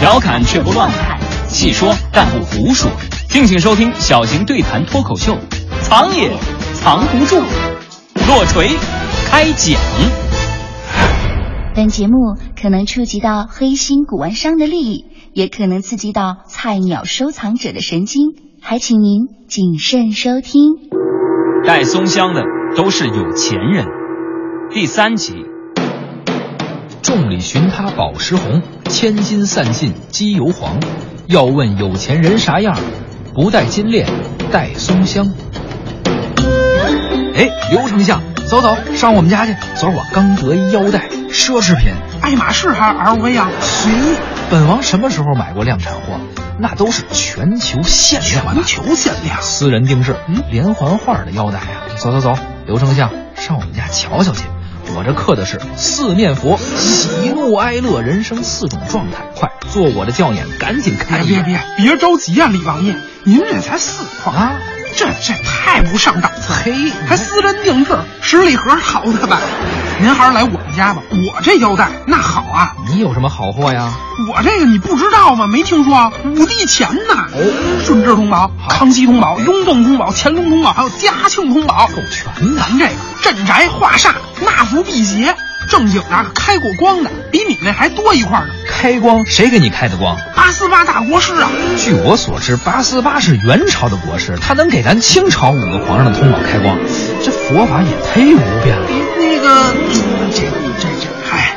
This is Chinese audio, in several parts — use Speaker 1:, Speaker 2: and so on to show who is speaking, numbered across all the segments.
Speaker 1: 调侃却不乱侃，细说但不胡说。敬请收听小型对谈脱口秀，《藏也藏不住》，落锤开讲。
Speaker 2: 本节目可能触及到黑心古玩商的利益，也可能刺激到菜鸟收藏者的神经，还请您谨慎收听。
Speaker 1: 带松香的都是有钱人。第三集，
Speaker 3: 众里寻他宝石红，千金散尽机油黄。要问有钱人啥样，不戴金链，戴松香。哎，刘丞相，走走，上我们家去。昨儿我刚得一腰带，奢侈品，
Speaker 4: 爱马仕还是 LV 啊？
Speaker 3: 随意。本王什么时候买过量产货？那都是全球限量的
Speaker 4: 全，球限量。
Speaker 3: 私人定制，嗯，连环画的腰带啊。走走走，刘丞相，上我们家瞧瞧去。我这刻的是四面佛，喜怒哀乐人生四种状态。快，做我的教演，赶紧
Speaker 4: 哎，
Speaker 3: 看一
Speaker 4: 别
Speaker 3: 眼
Speaker 4: 别别着急啊，李王爷，您这才四块，
Speaker 3: 啊！
Speaker 4: 这这太不上档次了，
Speaker 3: 嘿
Speaker 4: 还私人定制，十里盒好的吧？您还是来我们家吧，我这腰带那好啊，
Speaker 3: 你有什么好货呀？
Speaker 4: 我这个你不知道吗？没听说啊，五帝钱呐，
Speaker 3: 哦
Speaker 4: 顺治通宝、康熙通宝、雍正通宝、乾隆通宝，还有嘉庆通宝，
Speaker 3: 够全的。
Speaker 4: 咱这个镇宅画煞、纳福辟邪，正经的开过光的，比你那还多一块呢。
Speaker 3: 开光谁给你开的光？
Speaker 4: 八思巴大国师啊，
Speaker 3: 据我所知，八思巴是元朝的国师，他能给咱清朝五个皇上的通宝开光，这佛法也忒无边了。
Speaker 4: 那个，这这这，嗨，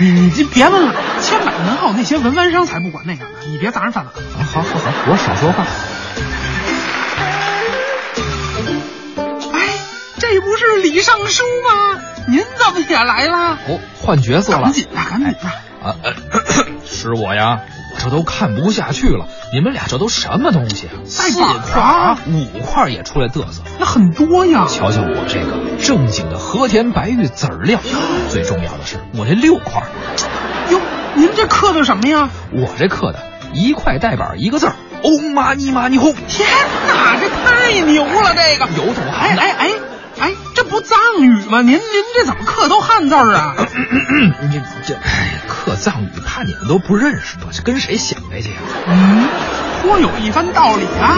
Speaker 4: 你你这别问了，千百年后那些文玩商才不管那个呢，你别砸人饭碗。
Speaker 3: 啊，好好好，我少说话。
Speaker 4: 哎，这不是李尚书吗？您怎么也来了？
Speaker 3: 哦，换角色了
Speaker 4: 赶。紧的，赶紧的！
Speaker 3: 啊， 呃咳咳是我呀，我这都看不下去了。你们俩这都什么东西啊？
Speaker 4: 带
Speaker 3: 四啊
Speaker 4: 板
Speaker 3: 块
Speaker 4: 儿
Speaker 3: 儿五块儿也出来嘚瑟。
Speaker 4: 那很多呀，
Speaker 3: 瞧瞧我这个正经的和田白玉籽儿料，最重要的是我这六块儿，
Speaker 4: 哟，您这刻的什么呀？
Speaker 3: 我这刻的一块带板儿一个字儿，哦妈尼妈尼哄，
Speaker 4: 天哪，这太牛了！这个
Speaker 3: 有种
Speaker 4: 哎
Speaker 3: 汉字
Speaker 4: 哎哎哎，这不藏语吗？您您这怎么刻都汉字 儿啊？
Speaker 3: 你这哎刻藏语怕你们都不认识，我这跟谁显摆去呀？
Speaker 4: 嗯，颇有一番道理啊。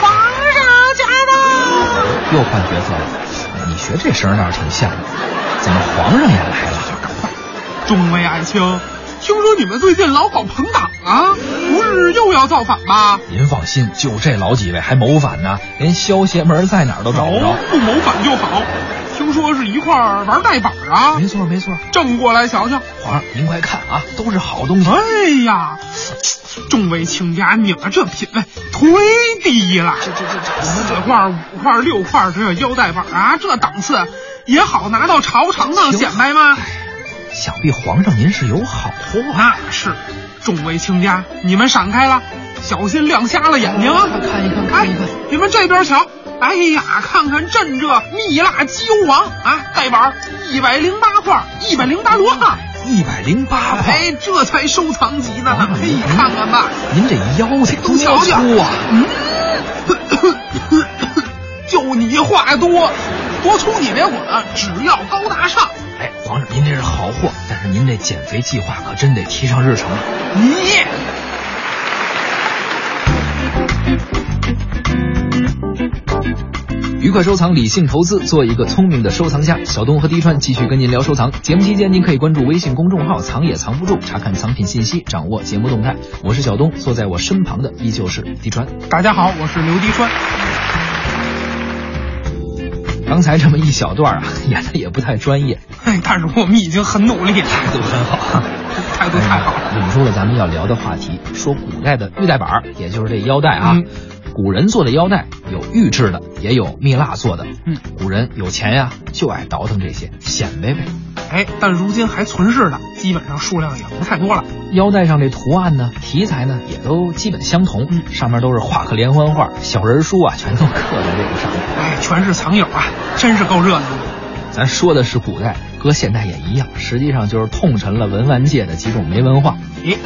Speaker 4: 皇上驾到！
Speaker 3: 又换角色了，哎你学这声儿倒是挺像的，怎么皇上也来了？
Speaker 4: 众位爱卿，听说你们最近老搞朋党啊，不是又要造反吧？
Speaker 3: 您放心，就这老几位还谋反呢，连萧邪门在哪儿都找不着
Speaker 4: 哦。不谋反就好。听说是一块儿玩带板儿啊
Speaker 3: 没，错没错，
Speaker 4: 正过来瞧瞧。
Speaker 3: 皇上您快看啊，都是好东西。
Speaker 4: 哎呀，众位卿家，你们这品位忒低了！这这这这四块儿、五块儿、六块儿，这腰带板儿啊，这档次也好拿到朝堂上显摆吗？
Speaker 3: 想必皇上您是有好货啊
Speaker 4: 那是，众位卿家，你们闪开了，小心亮瞎了眼睛啊！
Speaker 3: 看一看
Speaker 4: 哎，你们这边瞧，哎呀，看看朕这蜜蜡鸡油黄啊，带板一百零八块，一百零八罗汉。
Speaker 3: 哎一百零八块，
Speaker 4: 哎，这才收藏级呢
Speaker 3: 皇！上
Speaker 4: 哎
Speaker 3: 您，
Speaker 4: 看看吧，
Speaker 3: 您这腰得多
Speaker 4: 都瞧瞧
Speaker 3: 粗啊！
Speaker 4: 嗯就你话多，多粗你别管，只要高大上。
Speaker 3: 哎，皇上您这是好货，但是您这减肥计划可真得提上日程了。
Speaker 4: 你，
Speaker 3: 愉快收藏，理性投资，做一个聪明的收藏家。小东和滴川继续跟您聊收藏。节目期间，您可以关注微信公众号“藏也藏不住”，查看藏品信息，掌握节目动态。我是小东，坐在我身旁的依旧是滴川。
Speaker 4: 大家好，我是刘迪川。
Speaker 3: 刚才这么一小段啊， 演的也不太专业，
Speaker 4: 哎，但是我们已经很努力了，
Speaker 3: 态度很好，
Speaker 4: 态度太好了。
Speaker 3: 哎呀。引出了咱们要聊的话题，说古代的玉带板儿，也就是这腰带啊。
Speaker 4: 嗯
Speaker 3: 古人做的腰带有玉制的，也有蜜蜡做的。
Speaker 4: 嗯，
Speaker 3: 古人有钱呀、就爱倒腾这些显摆呗。
Speaker 4: 哎，但如今还存世的，基本上数量也不太多了。
Speaker 3: 腰带上这图案呢，题材呢也都基本相同，
Speaker 4: 嗯
Speaker 3: 上面都是画个连环画，小人书啊全都刻在这个上面。
Speaker 4: 哎，全是藏友啊，真是够热闹的。
Speaker 3: 咱说的是古代，搁现代也一样，实际上就是痛陈了文玩界的几种没文化。
Speaker 4: 哎，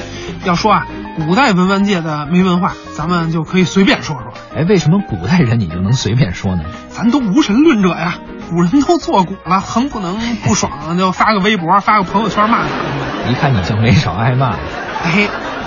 Speaker 4: 要说啊，古代文玩界的没文化，咱们就可以随便说说，
Speaker 3: 哎，为什么古代人你就能随便说呢？
Speaker 4: 咱都无神论者呀。古人都做股了，很可能不爽就发个微博、发个朋友圈骂他们。
Speaker 3: 一看你就没少挨骂。
Speaker 4: 哎，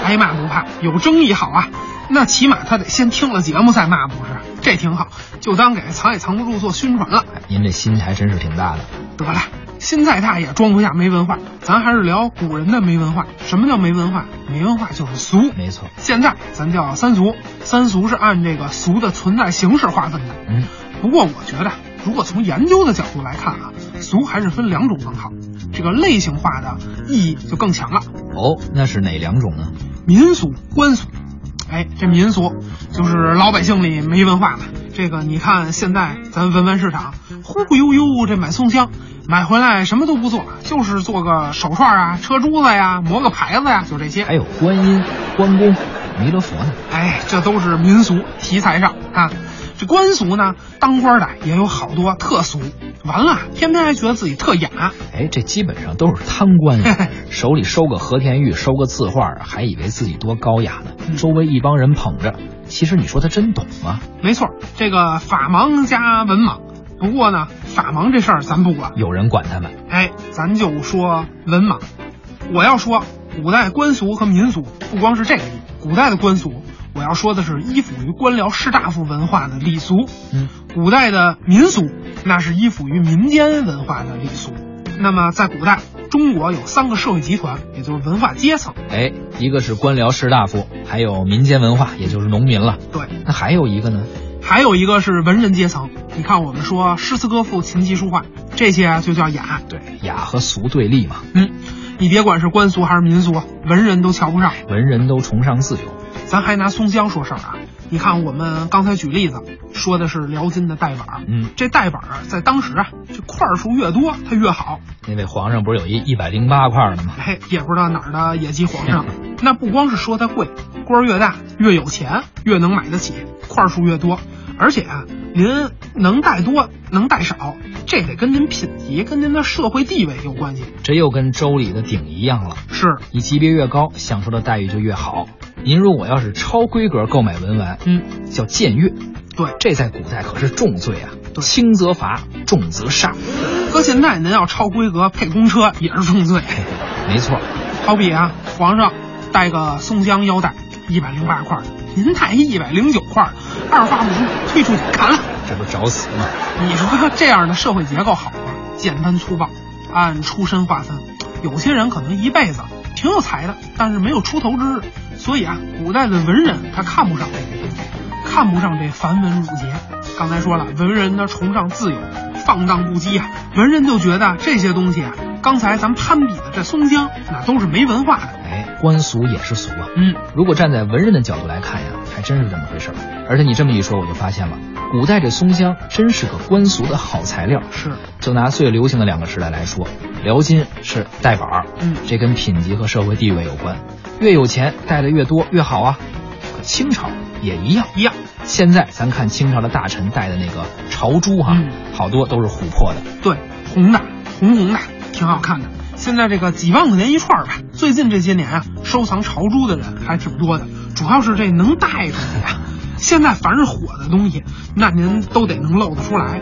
Speaker 4: 挨骂不怕，有争议好啊。那起码他得先听了节目再骂，不是？这挺好，就当给藏也藏不住做宣传了。
Speaker 3: 哎您这心还真是挺大的。
Speaker 4: 得了，心再大也装不下没文化，咱还是聊古人的没文化。什么叫没文化？没文化就是俗。
Speaker 3: 没错，
Speaker 4: 现在咱叫三俗，三俗是按这个俗的存在形式划分的。
Speaker 3: 嗯，
Speaker 4: 不过我觉得，如果从研究的角度来看啊，俗还是分两种更好，这个类型化的意义就更强了。
Speaker 3: 哦，那是哪两种呢？
Speaker 4: 民俗、官俗，哎，这民俗就是老百姓里没文化的。这个你看，现在咱文玩市场忽忽悠悠这买松香，买回来什么都不做，就是做个手串啊、车珠子呀、磨个牌子呀，就这些。
Speaker 3: 还有观音、关公、弥勒佛呢。
Speaker 4: 哎，这都是民俗题材上啊。这官俗呢，当官的也有好多特俗，完了偏偏还觉得自己特雅。
Speaker 3: 哎，这基本上都是贪 官呀，手里收个和田玉，收个字画，还以为自己多高雅呢，周围一帮人捧着。其实你说他真懂吗？
Speaker 4: 没错，这个法盲加文盲。不过呢，法盲这事儿咱不管，
Speaker 3: 有人管他们？
Speaker 4: 哎，咱就说文盲。我要说古代官俗和民俗，不光是这个，古代的官俗，我要说的是依附于官僚士大夫文化的礼俗。
Speaker 3: 嗯，
Speaker 4: 古代的民俗，那是依附于民间文化的礼俗。那么在古代，中国有三个社会集团，也就是文化阶层。
Speaker 3: 哎，一个是官僚士大夫，还有民间文化，也就是农民了。
Speaker 4: 对，
Speaker 3: 那还有一个呢？
Speaker 4: 还有一个是文人阶层。你看，我们说诗词歌赋、琴棋书画这些啊，就叫雅。
Speaker 3: 对，雅和俗对立嘛，
Speaker 4: 嗯，你别管是官俗还是民俗，文人都瞧不上。
Speaker 3: 文人都崇尚自由。
Speaker 4: 咱还拿松江说事儿啊。你看，我们刚才举例子说的是辽金的带碗，
Speaker 3: 嗯，
Speaker 4: 这带碗啊，在当时啊，这块数越多它越好。
Speaker 3: 那位皇上不是有一一百零八块的吗？
Speaker 4: 哎，也不知道哪儿的野鸡皇上。那不光是说它贵，官儿越大越有钱，越能买得起，块数越多。而且啊，您能带多能带少，这得跟您品级、跟您的社会地位有关系。
Speaker 3: 这又跟州里的鼎一样了。
Speaker 4: 是，
Speaker 3: 你级别越高，享受的待遇就越好。您如果要是超规格购买文玩，
Speaker 4: 嗯，
Speaker 3: 叫僭越，
Speaker 4: 对。
Speaker 3: 这在古代可是重罪啊，
Speaker 4: 对
Speaker 3: 轻则罚，重则杀。
Speaker 4: 搁现在您要超规格配公车也是重罪。
Speaker 3: 嘿没错，
Speaker 4: 好比啊，皇上带个松江腰带，一百零八块儿，您带一百零九块儿，二话不说推出去砍了。
Speaker 3: 这不找死吗？
Speaker 4: 你说这样的社会结构好吗？啊简单粗暴，按出身划分。有些人可能一辈子挺有才的，但是没有出头之日，所以啊，古代的文人他看不上这个地方，看不上这繁文缛节。刚才说了，文人呢崇尚自由，放荡不羁啊，文人就觉得这些东西啊，刚才咱们攀比的这松江那都是没文化的。
Speaker 3: 哎，官俗也是俗啊。
Speaker 4: 嗯，
Speaker 3: 如果站在文人的角度来看呀，还真是这么回事儿。而且你这么一说，我就发现了，古代这松香真是个官俗的好材料。
Speaker 4: 是，
Speaker 3: 就拿最流行的两个时代来说，辽金是带板儿，
Speaker 4: 嗯
Speaker 3: 这跟品级和社会地位有关，越有钱带的越多越好啊。可清朝也一样，
Speaker 4: 一样。
Speaker 3: 现在咱看清朝的大臣戴的那个朝珠哈、
Speaker 4: 嗯
Speaker 3: 好多都是琥珀的。
Speaker 4: 对，红的，红红的，挺好看的。现在这个几万块钱一串儿吧，最近这些年啊，收藏潮珠的人还挺多的，主要是这能带出来呀。现在凡是火的东西，那您都得能露得出来，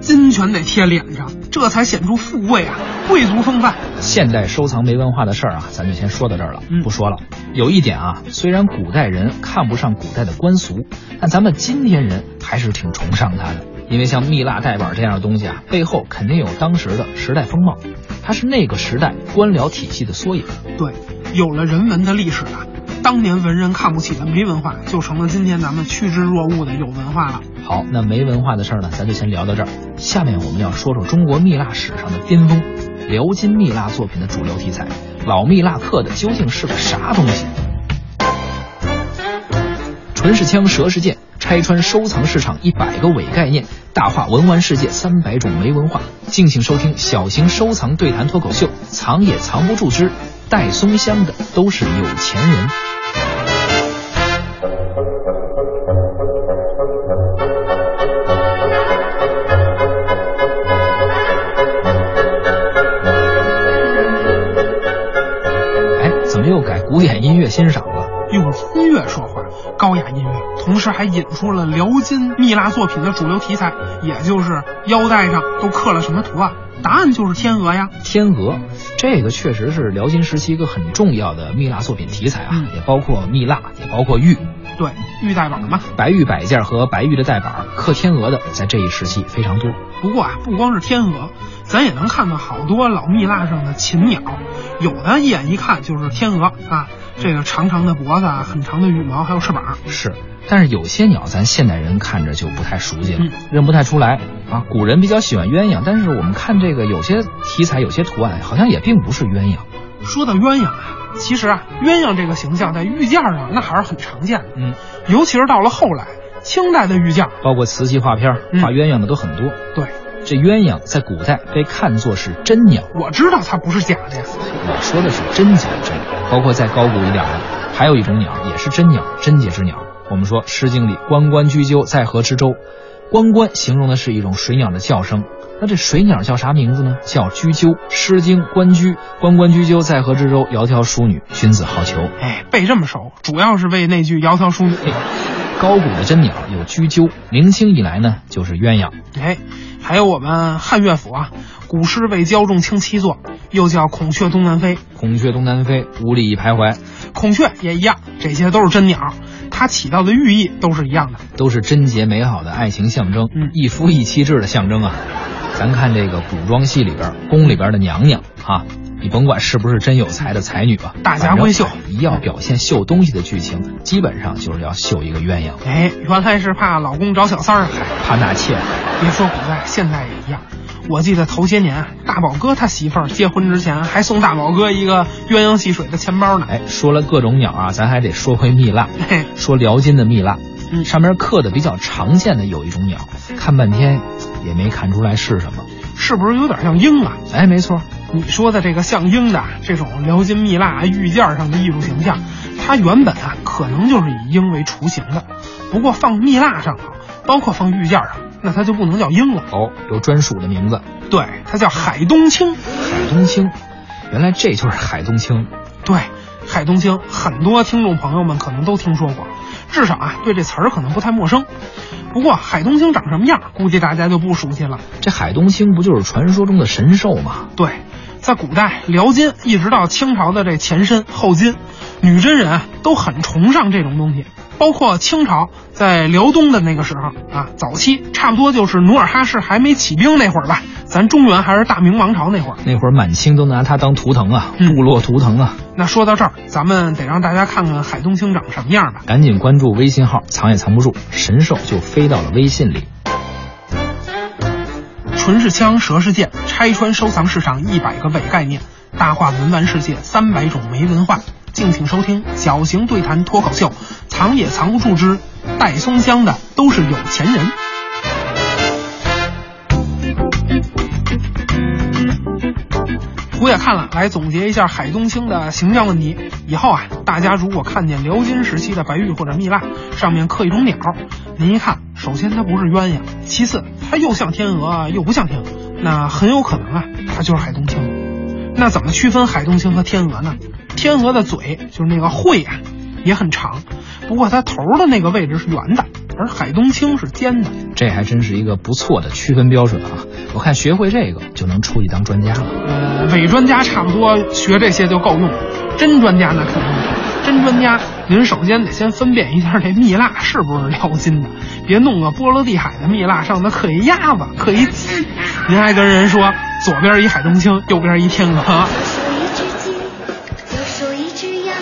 Speaker 4: 金全得贴脸上，这才显出富贵啊，贵族风范。
Speaker 3: 现代收藏没文化的事儿啊，咱就先说到这儿了，
Speaker 4: 嗯
Speaker 3: 不说了。有一点啊，虽然古代人看不上古代的官俗，但咱们今天人还是挺崇尚它的，因为像蜜蜡带板这样的东西啊，背后肯定有当时的时代风貌，它是那个时代官僚体系的缩影。
Speaker 4: 对，有了人文的历史啊，当年文人看不起的没文化，就成了今天咱们趋之若鹜的有文化了。
Speaker 3: 好，那没文化的事儿呢，咱就先聊到这儿。下面我们要说说中国蜜蜡史上的巅峰——辽金蜜蜡作品的主流题材，老蜜蜡刻的究竟是个啥东西？唇是枪，舌是剑，拆穿收藏市场一百个伪概念，大话文玩世界三百种没文化。敬请收听小型收藏对谈脱口秀《藏也藏不住之带松香的都是有钱人》。哎，怎么又改古典音乐欣赏了？哎
Speaker 4: 用风月说话，高雅音乐，同时还引出了辽金蜜蜡作品的主流题材，也就是腰带上都刻了什么图案？啊答案就是天鹅呀。
Speaker 3: 天鹅，这个确实是辽金时期一个很重要的蜜蜡作品题材啊，
Speaker 4: 嗯
Speaker 3: 也包括蜜蜡，也包括玉，
Speaker 4: 对，玉带板嘛。
Speaker 3: 白玉摆件和白玉的带板刻天鹅的，在这一时期非常多。
Speaker 4: 不过啊，不光是天鹅，咱也能看到好多老蜜蜡上的禽鸟，有的一眼一看就是天鹅啊，这个长长的脖子啊，很长的羽毛，还有翅膀。
Speaker 3: 是，但是有些鸟咱现代人看着就不太熟悉了，
Speaker 4: 嗯
Speaker 3: 认不太出来啊。古人比较喜欢鸳鸯，但是我们看这个有些题材、有些图案，好像也并不是鸳鸯。
Speaker 4: 说到鸳鸯啊，其实啊，鸳鸯这个形象在玉件上那还是很常见的，
Speaker 3: 嗯，
Speaker 4: 尤其是到了后来，清代的玉件，
Speaker 3: 包括瓷器画片儿
Speaker 4: 嗯
Speaker 3: 画鸳鸯的都很多。
Speaker 4: 对
Speaker 3: 这鸳鸯在古代被看作是真鸟，
Speaker 4: 我知道它不是假的呀。
Speaker 3: 我说的是真假之鸟。包括再高古一点的，还有一种鸟也是真鸟，真节之鸟。我们说《诗经》里“关关雎鸠，在河之洲”，关关形容的是一种水鸟的叫声。那这水鸟叫啥名字呢？叫雎鸠。《诗经》关雎，关关雎鸠，在河之洲，窈窕淑女，君子好逑。
Speaker 4: 哎，背这么熟，主要是为那句“窈窕淑女
Speaker 3: 高古的真鸟有雎鸠，明清以来呢就是鸳鸯。”。
Speaker 4: 哎，还有我们汉乐府啊，古诗为焦仲卿七作，又叫《孔雀东南飞》。
Speaker 3: 孔雀东南飞，五里一徘徊，
Speaker 4: 孔雀也一样，这些都是真鸟，它起到的寓意都是一样的。
Speaker 3: 都是贞洁美好的爱情象征，
Speaker 4: 嗯
Speaker 3: 一夫一妻制的象征啊。咱看这个古装戏里边，宫里边的娘娘啊，你甭管是不是真有才的才女吧，
Speaker 4: 大家闺秀
Speaker 3: 反正一要表现秀东西的剧情，基本上就是要秀一个鸳鸯，
Speaker 4: 哎，原来是怕老公找小三儿啊！
Speaker 3: 怕纳妾。
Speaker 4: 别说古代，现在也一样。我记得头些年啊，大宝哥他媳妇儿结婚之前还送大宝哥一个鸳鸯戏水的钱包呢。
Speaker 3: 哎，说了各种鸟啊，咱还得说回蜜蜡，
Speaker 4: 嘿、
Speaker 3: 说辽金的蜜蜡，
Speaker 4: 嗯
Speaker 3: 上面刻的比较常见的有一种鸟，看半天也没看出来是什么。
Speaker 4: 是不是有点像鹰啊？
Speaker 3: 哎，没错，
Speaker 4: 你说的这个像鹰的这种辽金蜜蜡啊玉件上的艺术形象，它原本啊可能就是以鹰为雏形的，不过放蜜蜡上头，包括放玉件上，那它就不能叫鹰了，
Speaker 3: 哦，有专属的名字，
Speaker 4: 对，它叫海东青。
Speaker 3: 海东青，原来这就是海东青。
Speaker 4: 对，海东青，很多听众朋友们可能都听说过，至少啊对这词儿可能不太陌生。不过海东青长什么样，估计大家就不熟悉了。
Speaker 3: 这海东青不就是传说中的神兽吗？
Speaker 4: 对，在古代辽金一直到清朝的这前身后金，女真人啊都很崇尚这种东西。包括清朝在辽东的那个时候啊，早期差不多就是努尔哈赤还没起兵那会儿吧，咱中原还是大明王朝那会儿。
Speaker 3: 那会儿满清都拿它当图腾啊，
Speaker 4: 嗯
Speaker 3: 部落图腾啊！
Speaker 4: 那说到这儿，咱们得让大家看看海东青长什么样吧。
Speaker 3: 赶紧关注微信号“藏也藏不住”，神兽就飞到了微信里。
Speaker 4: 纯是枪，蛇是剑，拆穿收藏市场一百个伪概念，大话文玩世界三百种没文化。敬请收听小型对谈脱口秀，藏也藏不住之带松香的都是有钱人。我也看了，来总结一下海东青的形象问题。以后啊，大家如果看见辽金时期的白玉或者蜜蜡上面刻一种鸟，您一看，首先它不是鸳鸯，其次它又像天鹅又不像天鹅，那很有可能啊，它就是海东青。那怎么区分海东青和天鹅呢？天鹅的嘴就是那个喙啊，也很长，不过它头的那个位置是圆的，而海东青是尖的。
Speaker 3: 这还真是一个不错的区分标准啊！我看学会这个就能出去当专家了。
Speaker 4: 呃，伪专家差不多学这些就够用了，真专家那肯定是真专家。您首先得先分辨一下这蜜蜡是不是辽金的，别弄个波罗的海的蜜蜡上头刻一鸭子，刻一鸡。您还跟人说左边一海东青，右边一天鹅，
Speaker 5: 左手一只鸡，右手一只鸭，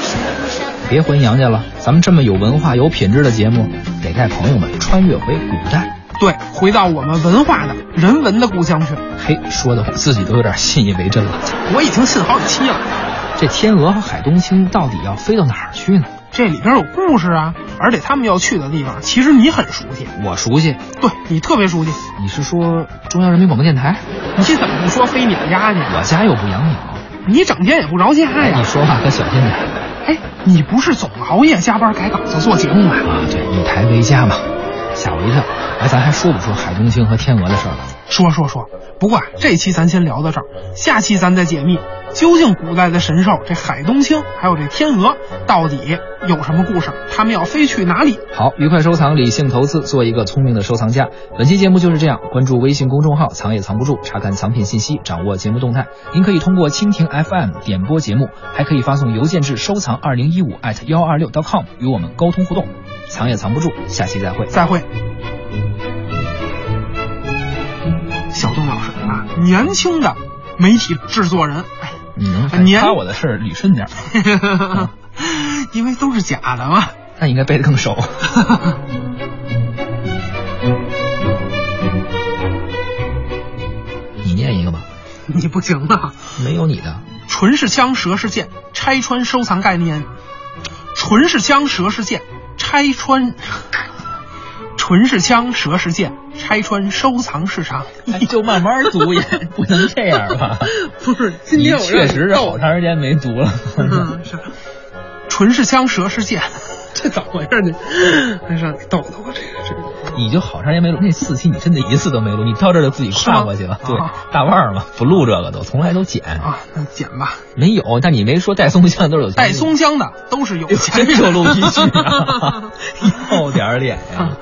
Speaker 5: 上不上岸？
Speaker 3: 别回娘家了，咱们这么有文化、有品质的节目，得带朋友们穿越回古代。
Speaker 4: 对，回到我们文化的人文的故乡去。
Speaker 3: 嘿，说的我自己都有点信以为真了。
Speaker 4: 我已经信好几期了，
Speaker 3: 这天鹅和海东青到底要飞到哪儿去呢？
Speaker 4: 这里边有故事啊，而且他们要去的地方，其实你很熟悉，
Speaker 3: 我熟悉，
Speaker 4: 对你特别熟悉。
Speaker 3: 你是说中央人民广播电台？
Speaker 4: 你怎么不说飞鸟鸭去？
Speaker 3: 我家又不养鸟，哎
Speaker 4: 你整天也不着家哎呀、
Speaker 3: 你说话可小心点儿
Speaker 4: 哎，你不是总熬夜加班改稿子做节目吗？
Speaker 3: 啊！这以台为家嘛，吓我一跳。哎，咱还说不说海东青和天鹅的事儿了？
Speaker 4: 说说说，不过啊这期咱先聊到这儿，下期咱再解密究竟古代的神兽这海东青还有这天鹅到底有什么故事，他们要飞去哪里？
Speaker 3: 好，愉快收藏，理性投资，做一个聪明的收藏家。本期节目就是这样，关注微信公众号“藏也藏不住”，查看藏品信息，掌握节目动态。您可以通过蜻蜓 FM 点播节目，还可以发送邮件至收藏二零一五艾特幺二六 .com 与我们沟通互动。藏也藏不住，下期再会。
Speaker 4: 再会。小东老师啊，年轻的媒体制作人，哎，
Speaker 3: 你能
Speaker 4: 年
Speaker 3: 夸我的事儿捋顺点儿，
Speaker 4: 因为都是假的嘛。
Speaker 3: 那应该背得更熟。 你念一个吧，
Speaker 4: 你不行啊，
Speaker 3: 没有你的。
Speaker 4: 唇是枪，舌是剑，拆穿收藏概念。唇是枪，舌是剑，拆穿。唇是枪，舌是剑，拆穿收藏市场。
Speaker 3: 哎就慢慢读也 不能这样 吧？
Speaker 4: 不是，今天我让
Speaker 3: 确
Speaker 4: 你
Speaker 3: 实是
Speaker 4: 逗
Speaker 3: 好长时间没读 了。
Speaker 4: 嗯，是，唇是枪，舌是剑，这怎么回事？你，哎让你逗逗我这个这个。
Speaker 3: 你就好长时间没录，那四期你真的一次都没录，你到这儿就自己跨过去了。
Speaker 4: 是
Speaker 3: 对
Speaker 4: 吗啊，
Speaker 3: 大腕儿嘛，不录这个都，从来都剪。
Speaker 4: 啊，那剪吧。
Speaker 3: 没有，但你没说带松香都是有
Speaker 4: 带松江的都是有
Speaker 3: 哎呦
Speaker 4: 钱
Speaker 3: 真 就
Speaker 4: 人
Speaker 3: 录一句啊，要点儿脸呀、